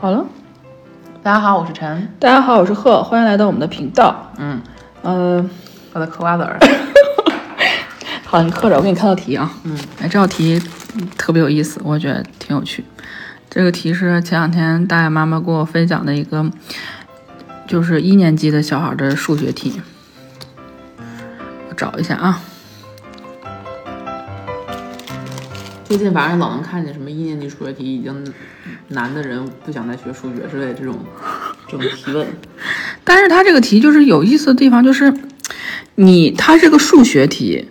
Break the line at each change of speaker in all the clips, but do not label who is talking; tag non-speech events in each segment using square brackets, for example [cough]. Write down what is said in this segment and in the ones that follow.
好了，大家好，我是陈，
大家好，我是贺，欢迎来到我们的频道。
嗯，
呃，
我在嗑瓜子儿。
好，你刻着，我给你看道题啊。嗯，哎，这道题嗯特别有意思，我觉得挺有趣。这个题是前两天大爷妈妈给我分享的一个，就是一年级的小孩的数学题。我找一下啊。
最近晚上老能看见什么一年级数学题已经难的人不想再学数学之类的这种这种提问。
但是它这个题就是有意思的地方，就是你它是个数学题，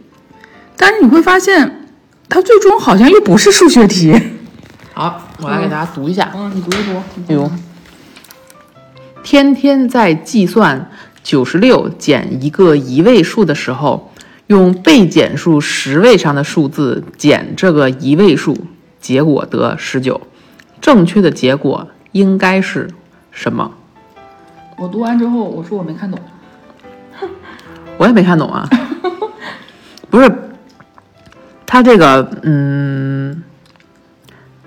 但是你会发现它最终好像又不是数学题。
[laughs] 好，我来给大家读一下。
嗯，你读一读。
比如，天天在计算九十六减一个一位数的时候，用被减数十位上的数字减这个一位数，结果得十九。正确的结果应该是什么？
我读完之后，我说我没看懂。
我也没看懂啊。不是，他这个，嗯，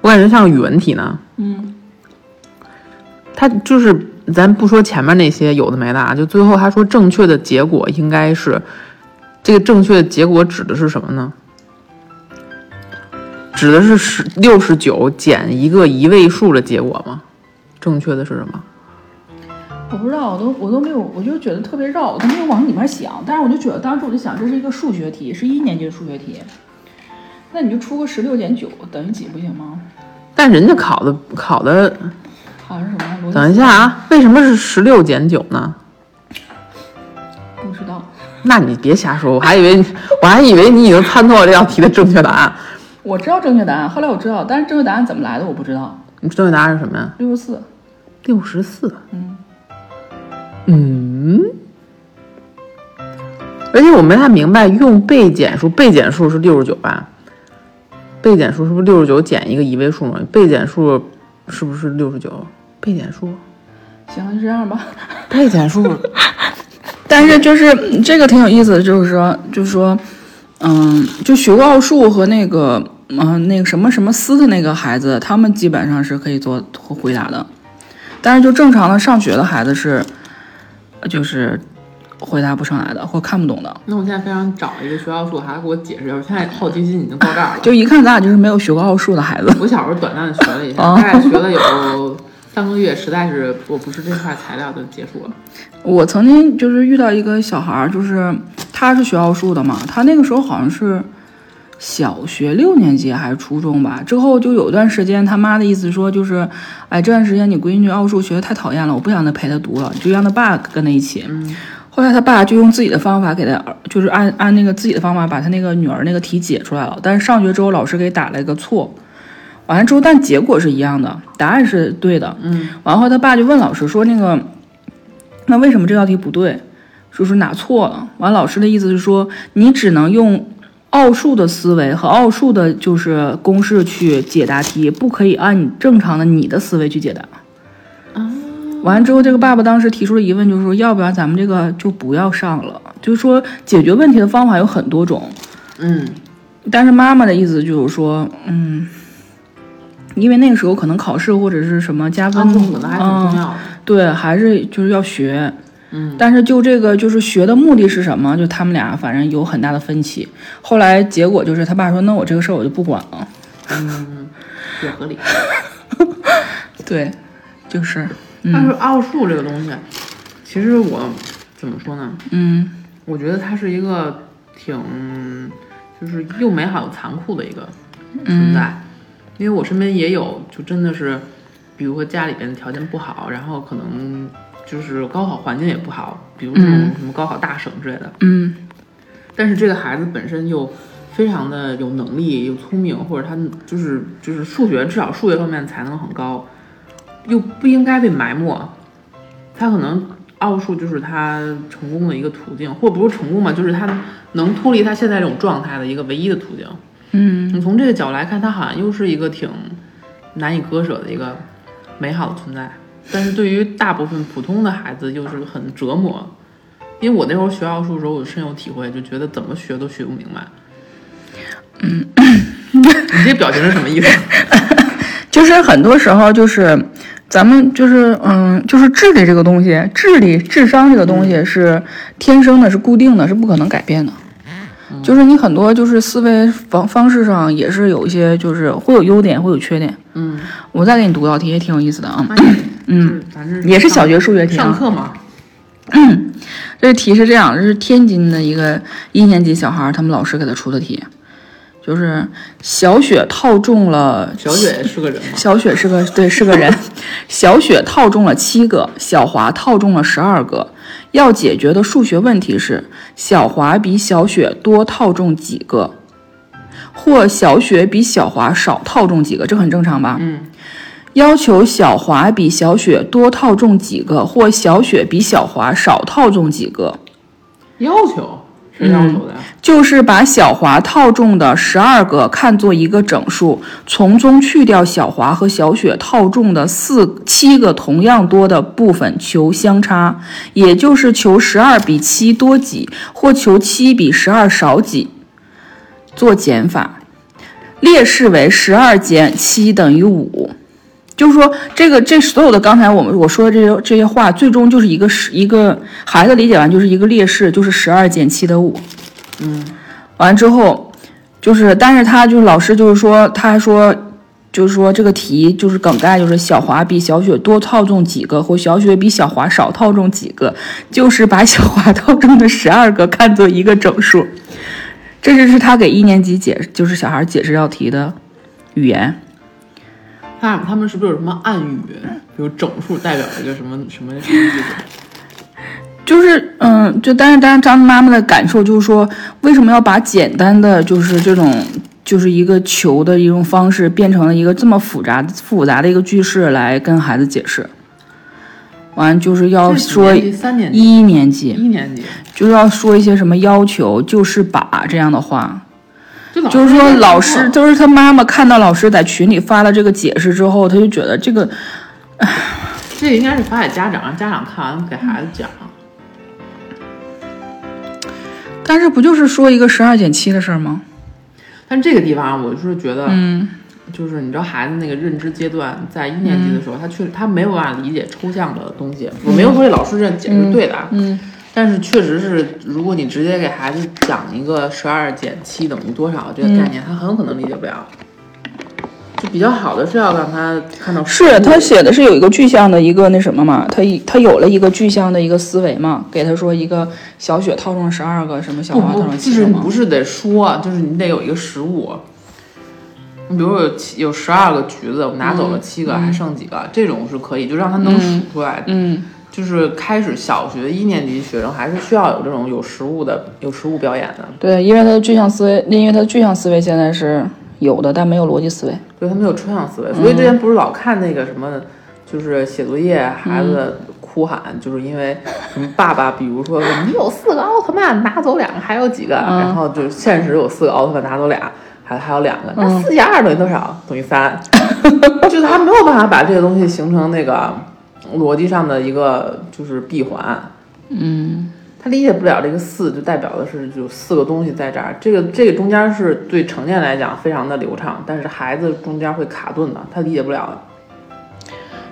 我感觉像语文题呢。
嗯，
他就是咱不说前面那些有的没的啊，就最后他说正确的结果应该是，这个正确的结果指的是什么呢？指的是十六十九减一个一位数的结果吗？正确的是什么？
我不知道，我都我都没有，我就觉得特别绕，我都没有往里面想。但是我就觉得当时我就想，这是一个数学题，是一年级的数学题。那你就出个十六减九等于几不行吗？
但人家考的考的，
好像是什么逻辑？
等一下，啊，为什么是十六减九呢？
不知道。
那你别瞎说，我还以为 [laughs] 我还以为你已经参透了这道题的正确答案。
我知道正确答案，后来我知道，但是正确答案怎么来的我不知道。
你正确答案是什么呀？
六十四，
六十四。
嗯，
嗯，而且我没太明白，用被减数，被减数是六十九吧？被减数是不是六十九减一个一位数嘛？被减数是不是六十九？被减数，
行了，就这样吧。
被减数，
但是就是嗯这个挺有意思的，就是说，就是说，嗯，就学过奥数和那个，嗯、那个什么什么思的那个孩子，他们基本上是可以做回答的，但是就正常的上学的孩子是，就是回答不上来的或看不懂的，
[laughs] 那我现在非常找一个学校数，还给我解释一下。我现在好奇心已经到这儿了。
就一看咱俩就是没有学过奥数的孩子。
我小时候短暂的学了一下，
哦
大概学了有三个月，实在是我不是这块材料就结束了。
我曾经就是遇到一个小孩儿，就是他是学奥数的嘛，他那个时候好像是小学六年级还是初中吧。之后就有一段时间，他妈的意思说就是，哎，这段时间你闺女奥数学得太讨厌了，我不想再陪她读了，就让他爸跟他一起。后来他爸就用自己的方法给他，就是按按那个自己的方法把他那个女儿那个题解出来了。但是上学之后，老师给打了一个错，完了之后，但结果是一样的，答案是对的。嗯，完后他爸就问老师说那个。那为什么这道题不对？说是哪错了？完，老师的意思是说，你只能用奥数的思维和奥数的就是公式去解答题，不可以按你正常的你的思维去解答。完之后，这个爸爸当时提出了疑问，就是说，要不然咱们这个就不要上了。就是说，解决问题的方法有很多种，
嗯，
但是妈妈的意思就是说，嗯，因为那个时候可能考试或者是什么加分，
奥数可能还挺
嗯
重要的。
对，还是就是要学。
嗯，
但是就这个就是学的目的是什么？就他们俩反正有很大的分歧。后来结果就是他爸说：“那我这个事儿我就不管了。
嗯也合理。”
对，就是，
但是奥数这个东西，其实我怎么说呢？
嗯，
我觉得它是一个挺，就是又美好又残酷的一个
嗯
存在，因为我身边也有，就真的是，比如说家里边条件不好，然后可能就是高考环境也不好，比如那种什么高考大省之类的，
嗯，
但是这个孩子本身又非常的有能力，又聪明，或者他就是就是数学至少数学方面才能很高，又不应该被埋没。他可能奥数就是他成功的一个途径，或不是成功吧，就是他能脱离他现在这种状态的一个唯一的途径。
嗯，
你从这个角度来看，他好像又是一个挺难以割舍的一个美好的存在，但是对于大部分普通的孩子又是很折磨。因为我那时候学奥数的时候，我深有体会，就觉得怎么学都学不明白。
[laughs]
嗯，你这表情是什么意思？
就是很多时候就是咱们就是嗯，就是智力这个东西，智力智商这个东西是天生的，是固定的，是不可能改变的。就是你很多就是思维方方式上也是有一些，就是会有优点，会有缺点。
嗯，
我再给你读道题，也挺有意思的啊。
嗯，咱这
也是小学数学题啊
上课嘛，
这题是这样，这是天津的一个一年级小孩儿，他们老师给他出的题，就是小雪套中了
小雪也是
[laughs]
个人嘛，
小雪是个对是个
[laughs]
人，小雪套中了七个，小华套中了十二个。要解决的数学问题是：小华比小雪多套中几个，或小雪比小华少套中几个，这很正常吧？
嗯。
要求小华比小雪多套中几个，或小雪比小华少套中几个，
要求谁要求的呀？
就是把小华套中的十二个看作一个整数，从中去掉小华和小雪套中的四七个同样多的部分，求相差，也就是求十二比七多几，或求七比十二少几，做减法，列式为十二减七等于五。就是说，这个这所有的刚才我们我说的这些这些话，最终就是一个十一个孩子理解完就是一个列式，就是十二减七等于五。完之后，就是，但是他就是老师就是说，他还说，就是说这个题就是梗概就是小华比小雪多套中几个，或小雪比小华少套中几个，就是把小华套中的十二个看作一个整数。这就是他给一年级解，就是小孩解释这道题的语言。
他他们是不是有什么暗语？比如整数代表一个什么什么什么意思？
就是嗯，就但是但是张妈妈的感受就是说，为什么要把简单的就是这种就是一个求的一种方式，变成了一个这么复杂复杂的一个句式来跟孩子解释？完就是要
这是几
说
年级三年级、
一年级
一年级，
就是要说一些什么要求，就是把这样的话，
就老
就是
师
说
在
老
上
师
课
就是他妈妈看到老师在群里发了这个解释之后，他就觉得这个
这应该是发给家长，让家长看完给孩子讲。
但是不就是说一个十二减七的事儿吗？
但这个地方，啊我就是觉得，
嗯，
就是你知道孩子那个认知阶段，在一年级的时候，他确他没有办法理解抽象的东西。我没有说这老师这样解释对的啊，
嗯
但是确实是，如果你直接给孩子讲一个十二减七等于多少这个概
嗯
念，他很有可能理解不了。就比较好的是要让他看到
是
实物
他写的是有一个具象的一个那什么嘛，他一他有了一个具象的一个思维嘛，给他说一个小雪套中十二个，什么小
不
花套
不，
中
哦就
七
是
个
你
嘛
不，是得说，啊就是你得有一个实物。你比如有七有十二个橘子，我们拿走了七个，还剩几个？这种是可以，就让他能数出来。
嗯，
就是开始小学一年级学生还是需要有这种有实物的、有实物表演的，
对，因为他的具象思维，因为他的具象思维现在是有的，但没有逻辑思维。
对他没有抽象思维。所以之前不是老看那个什么，就是写作业孩子哭喊，就是因为什么爸爸，比如说 [laughs] 你有四个奥特曼拿走两个，还有几个？
嗯
然后就是现实有四个奥特曼拿走俩，还还有两个，那四加二等于多少？等于三。 [laughs] 就是他没有办法把这个东西形成那个逻辑上的一个就是闭环。
嗯，
他理解不了这个四，就代表的是有四个东西在这儿。这个这个中间是对成年来讲非常的流畅，但是孩子中间会卡顿的，他理解不了的。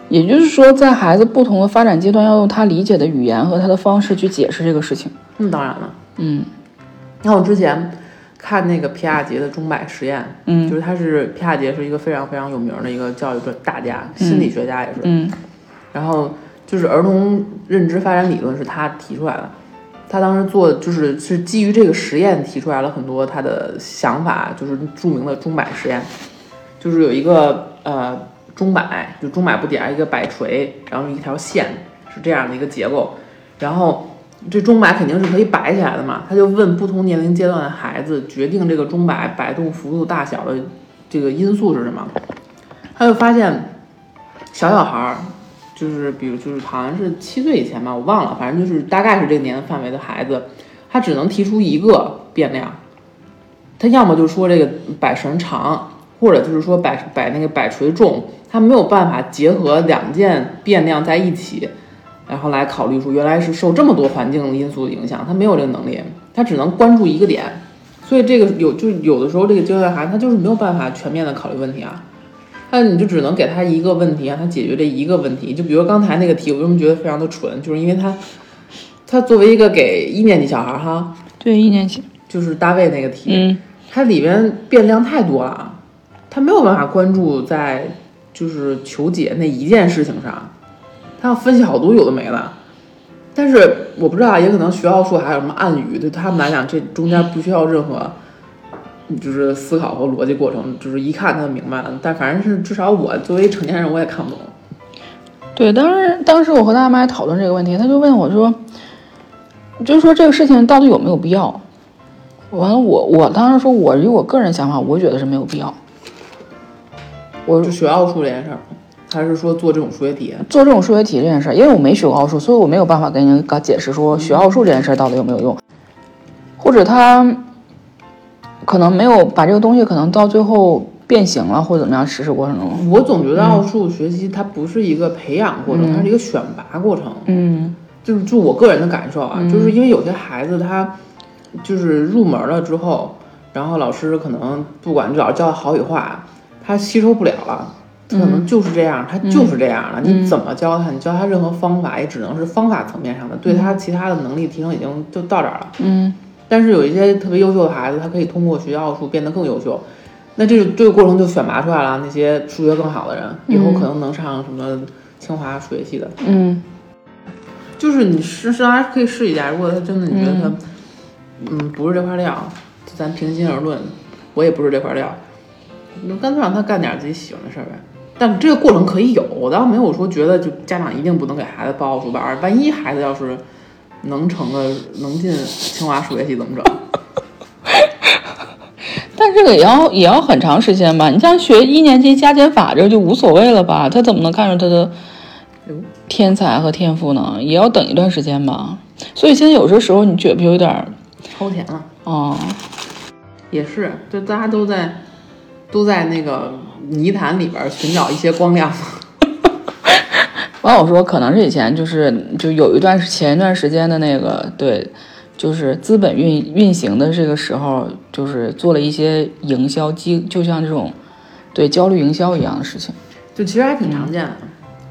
也就是说，在孩子不同的发展阶段，要用他理解的语言和他的方式去解释这个事情。
那当然了，
嗯
你看我之前看那个皮亚杰的钟摆实验，
嗯
就是他是皮亚杰是一个非常非常有名的一个教育专大家，心理学家也是。
嗯
然后就是儿童认知发展理论是他提出来的，他当时做就是是基于这个实验提出来了很多他的想法，就是著名的钟摆实验，就是有一个呃钟摆，就钟摆不底下一个摆锤，然后一条线是这样的一个结构，然后。这钟摆肯定是可以摆起来的嘛，他就问不同年龄阶段的孩子决定这个钟摆摆动幅度大小的这个因素是什么，他就发现小小孩儿就是比如就是好像是七岁以前吧，我忘了，反正就是大概是这个年龄范围的孩子，他只能提出一个变量，他要么就说这个摆绳长，或者就是说摆摆那个摆锤重，他没有办法结合两件变量在一起，然后来考虑说原来是受这么多环境因素的影响，他没有这个能力，他只能关注一个点，所以这个有就有的时候这个阶段孩子他就是没有办法全面的考虑问题啊。那你就只能给他一个问题，让他解决这一个问题。就比如刚才那个题，我为什么觉得非常的蠢，就是因为他，他作为一个给一年级小孩儿哈，
对，一年级，
就是大卫那个题，
嗯，
它里边变量太多了，他没有办法关注在就是求解那一件事情上，他要分析好多有的没的。但是我不知道啊，也可能学奥数还有什么暗语，对他们来讲，这中间不需要任何就是思考和逻辑过程，就是一看他就明白了。但反正是至少我作为成年人，我也看不懂。
对，当时当时我和他妈讨论这个问题，他就问我说，就是说这个事情到底有没有必要？完了，我我当时说，我以我个人想法，我觉得是没有必要。我
就学奥数这件事儿，还是说做这种数学题？
做这种数学题这件事儿，因为我没学过奥数，所以我没有办法给你搞解释说学奥数这件事儿到底有没有用，或者他可能没有把这个东西可能到最后变形了，或者怎么样实施过程中，
我总觉得奥数学习它不是一个培养过程，它是一个选拔过程。
嗯，
就是就我个人的感受啊，就是因为有些孩子他就是入门了之后，然后老师可能不管老师教的好与坏，他吸收不了了，他可能就是这样，他就是这样了。你怎么教他，你教他任何方法也只能是方法层面上的，对他其他的能力提升已经就到这儿了。
嗯，
但是有一些特别优秀的孩子，他可以通过学习奥数变得更优秀。那这个这个过程就选拔出来了那些数学更好的人，以后可能能上什么清华数学系的。
嗯，
就是你试试，还可以试一下。如果他真的你觉得他，嗯不是这块料，就咱平心而论，我也不是这块料，那干脆让他干点自己喜欢的事儿呗。但这个过程可以有，我倒没有说觉得就家长一定不能给孩子报奥数班儿，万一孩子要是能成个能进清华数学系怎么整？
但这个也要也要很长时间吧？你像学一年级加减法这就无所谓了吧？他怎么能看出他的天才和天赋呢？也要等一段时间吧。所以现在有些时候你觉不觉得有点儿
超前了。
哦，
也是，就大家都在都在那个泥潭里边儿寻找一些光亮。
[laughs] 完，我说可能是以前就是就有一段时前一段时间的那个对，就是资本运运行的这个时候，就是做了一些营销机，就像这种对焦虑营销一样的事情。
就其实还挺常见的。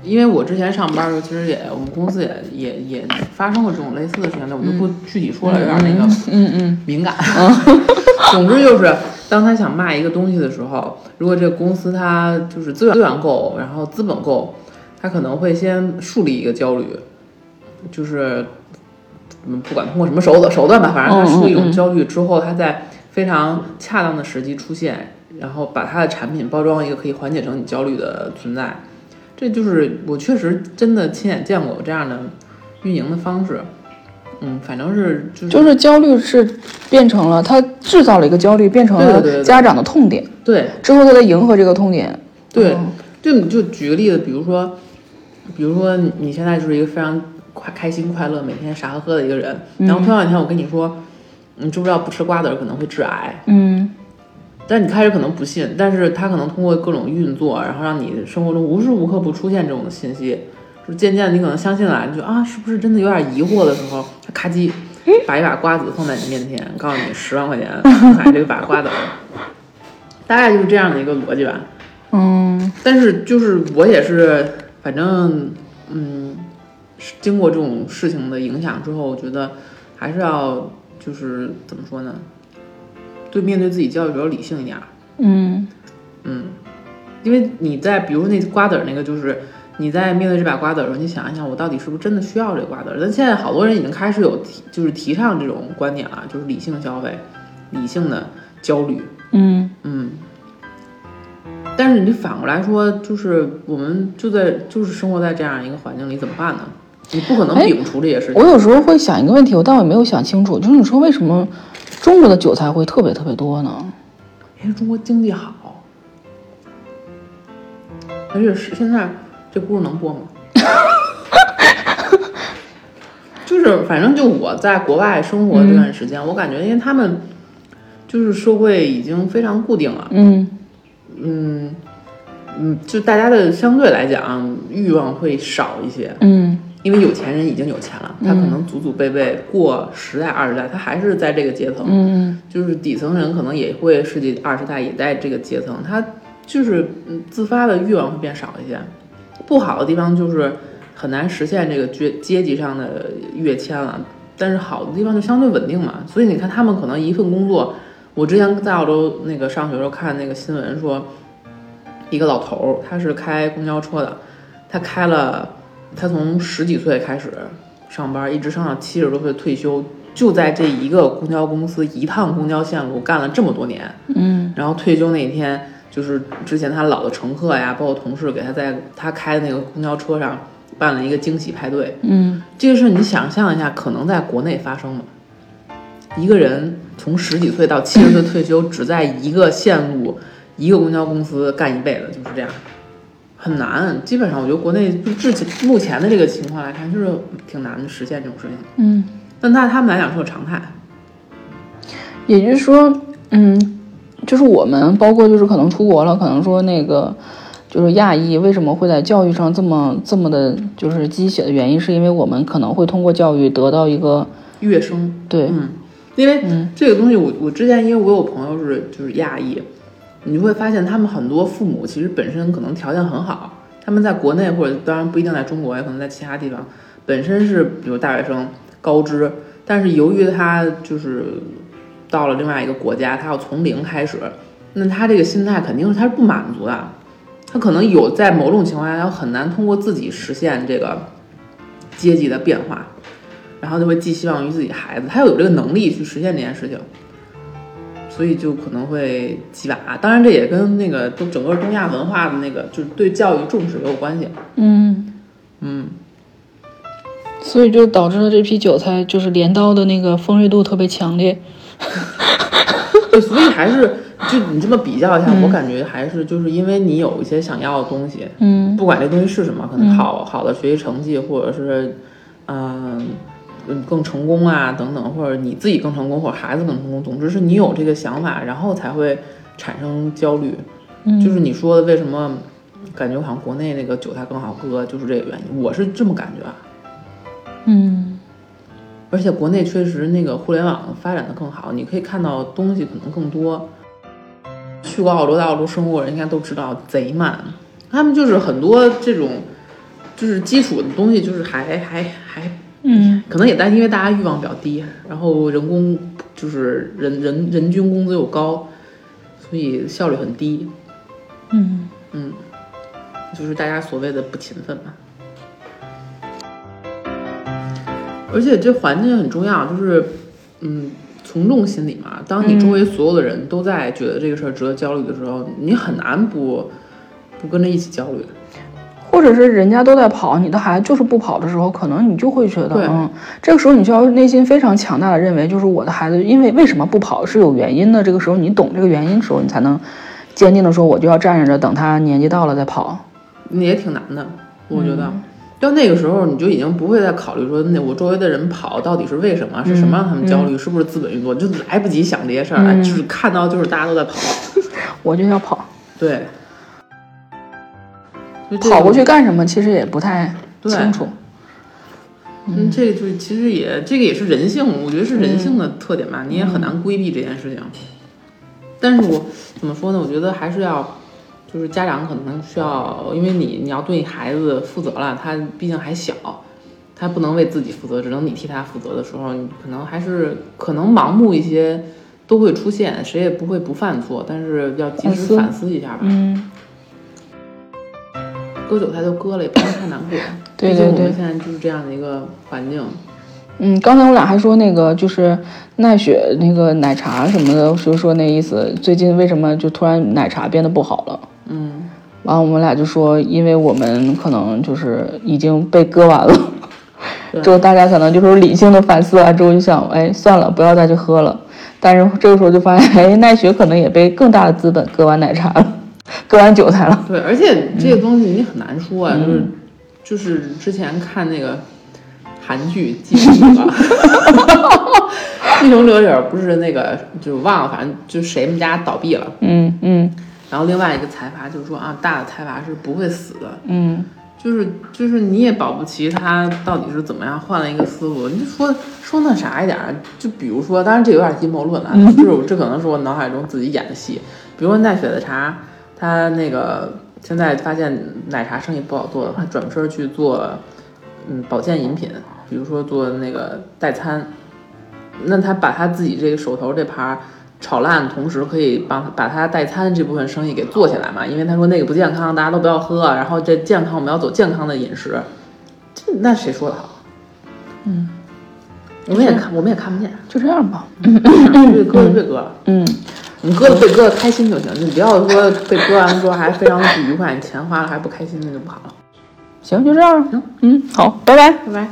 因为我之前上班的时候，其实也我们公司也也也发生过这种类似的事情，但我就不具体说了，有点那个
嗯嗯，
敏感。总之就是，当他想卖一个东西的时候，如果这个公司它就是资源资源够，然后资本够，他可能会先树立一个焦虑，就是嗯，不管通过什么手段手段吧，反正他树立一种焦虑之后，他在非常恰当的时机出现，然后把他的产品包装一个可以缓解成你焦虑的存在。这就是我确实真的亲眼见过有这样的运营的方式。嗯，反正是就是
就是焦虑是变成了他制造了一个焦虑，变成
对对对
了
对
家长的痛点，
对，
之后他在迎合这个痛点。
对
嗯，
就你就举个例子，比如说，比如说你现在就是一个非常快开心快乐，每天傻呵呵的一个人，然后突然有一天我跟你说，你知不知道不吃瓜子儿可能会致癌？
嗯
但你开始可能不信，但是他可能通过各种运作，然后让你生活中无时无刻不出现这种信息，就渐渐你可能相信了，你就啊是不是真的有点疑惑的时候，他咔叽把一把瓜子放在你面前，告诉你十万块钱买这把瓜子儿，大概就是这样的一个逻辑吧。
嗯，
但是就是我也是，反正嗯，是经过这种事情的影响之后，我觉得还是要就是怎么说呢，对面对自己教育比较理性一点儿。
嗯，
嗯，因为你在比如说那瓜子儿那个，就是你在面对这把瓜子儿的时候，你想一想，我到底是不是真的需要这个瓜子儿？但现在好多人已经开始有提，就是提倡这种观点了，就是理性消费，理性的焦虑。
嗯，
嗯，但是你反过来说，就是我们就在就是生活在这样一个环境里，怎么办呢？你不可能
哎
摒除这些事情。
我有时候会想一个问题，我但我也没有想清楚，就是你说为什么中国的韭菜会特别特别多呢？
因为哎中国经济好，而且是现在这故事能播吗？ [laughs] 就是反正就我在国外生活这段时间，我感觉因为他们就是社会已经非常固定了，
嗯
嗯嗯，就大家的相对来讲欲望会少一些，
嗯
因为有钱人已经有钱了，他可能祖祖辈辈过十代二十代，他还是在这个阶层，
嗯
就是底层人可能也会十几二十代也在这个阶层，他就是嗯自发的欲望会变少一些。不好的地方就是很难实现这个阶阶级上的跃迁了，但是好的地方就相对稳定嘛。所以你看，他们可能一份工作，我之前在澳洲那个上学时候看那个新闻说，一个老头儿他是开公交车的，他开了，他从十几岁开始上班，一直上到七十多岁退休，就在这一个公交公司一趟公交线路干了这么多年。
嗯，
然后退休那一天，就是之前他老的乘客呀，包括同事给他在他开的那个公交车上办了一个惊喜派对。
嗯，
这个事儿你想象一下，可能在国内发生吗？一个人从十几岁到七十岁退休，只在一个线路、一个公交公司干一辈子，就是这样，很难。基本上，我觉得国内就至今目前的这个情况来看，就是挺难实现这种事情。
嗯，
但那他们来讲是个常态。
也就是说，嗯，就是我们包括就是可能出国了，可能说那个就是亚裔为什么会在教育上这么这么的，就是鸡血的原因，是因为我们可能会通过教育得到一个
乐声，
对，
嗯，因为这个东西我，我之前因为我有朋友是就是亚裔，你会发现他们很多父母其实本身可能条件很好，他们在国内或者当然不一定在中国，也可能在其他地方，本身是比如大学生高知，但是由于他就是到了另外一个国家，他要从零开始，那他这个心态肯定是他是不满足的，他可能有在某种情况下他很难通过自己实现这个阶级的变化。然后就会寄希望于自己孩子，他要有这个能力去实现这件事情，所以就可能会鸡娃。当然，这也跟那个都整个东亚文化的那个就是对教育重视也有关系。
嗯，
嗯，
所以就导致了这批韭菜就是镰刀的那个锋锐度特别强烈，
对，所以还是就你这么比较一下，我感觉还是就是因为你有一些想要的东西，
嗯，
不管这东西是什么，可能好好的学习成绩，或者是，嗯、嗯，更成功啊等等，或者你自己更成功，或者孩子更成功，总之是你有这个想法，然后才会产生焦虑。
嗯
就是你说的为什么感觉好像国内那个韭菜更好喝，就是这个原因，我是这么感觉啊。
嗯
而且国内确实那个互联网发展的更好，你可以看到东西可能更多。去过澳洲、在澳洲生活的人应该都知道，贼慢。他们就是很多这种，就是基础的东西，就是还还还，
嗯
可能也但因为大家欲望比较低，然后人工就是人人人均工资又高，所以效率很低，
嗯，
就是大家所谓的不勤奋嘛。而且这环境很重要，就是嗯，从众心理嘛。当
嗯
你周围所有的人都在觉得这个事儿值得焦虑的时候，你很难不不跟着一起焦虑。
或者是人家都在跑，你的孩子就是不跑的时候，可能你就会觉得，
对
嗯，这个时候你就要内心非常强大的认为，就是我的孩子因为为什么不跑是有原因的。这个时候你懂这个原因的时候，你才能坚定的说，我就要站着，等他年纪到了再跑。
那也挺难的，我觉
嗯
得。到那个时候，你就已经不会再考虑说，那我周围的人跑到底是为什么，是什么让他们
嗯
焦虑，是不是资本运作，就来不及想这些事儿了，就是看到就是大家都在跑，
我就要跑，
对。就这
跑过
种
去干什么？其实也不太
对
清楚。
嗯，这个就是其实也这个也是人性，我觉得是人性的
嗯
特点吧，你也很难规避这件事情。但是我怎么说呢？我觉得还是要，就是家长可能需要，因为你你要对你孩子负责了，他毕竟还小，他不能为自己负责，只能你替他负责的时候，你可能还是可能盲目一些都会出现，谁也不会不犯错，但是要及
反
时
思
反思一下吧。
嗯，
割韭菜就割了，也不能太难过。
对
毕竟
对
我
对
们。现在就是这样的一个环境。
嗯，刚才我俩还说那个就是奈雪那个奶茶什么的，就说那意思，最近为什么就突然奶茶变得不好了？
嗯。
完了我们俩就说，因为我们可能就是已经被割完了，
对
之后大家可能就是理性的反思完之后就想，哎，算了，不要再去喝了。但是这个时候就发现，哎，奈雪可能也被更大的资本割完奶茶了，割完韭菜了。
对，而且这个东西你很难说啊，就是就是之前看那个韩剧《寄生 [laughs] 者》，寄生者里边不是那个就忘了，反正就谁们家倒闭了，
嗯嗯
然后另外一个财阀就说啊，大的财阀是不会死的，
嗯，
就是就是你也保不齐他到底是怎么样换了一个思路。你就说说那啥一点儿，就比如 [laughs] 说，当然这有点阴谋论了，就是我这可能是我脑海中自己演的戏。比如说奈雪的茶，他那个现在发现奶茶生意不好做了，他转身去做嗯保健饮品，比如说做那个代餐。那他把他自己这个手头这盘炒烂，同时可以帮把他代餐这部分生意给做起来嘛？因为他说那个不健康，大家都不要喝，然后这健康我们要走健康的饮食，这那谁说的好？嗯，我们也看我们也看不见，
就这样吧。
这割了被割了。
嗯，
你割了被割了开心就行，你不要说被割完之后还非常的不愉快，你钱花了还不开心，那就不好了。
行，就这样。嗯，好，拜拜。
拜拜。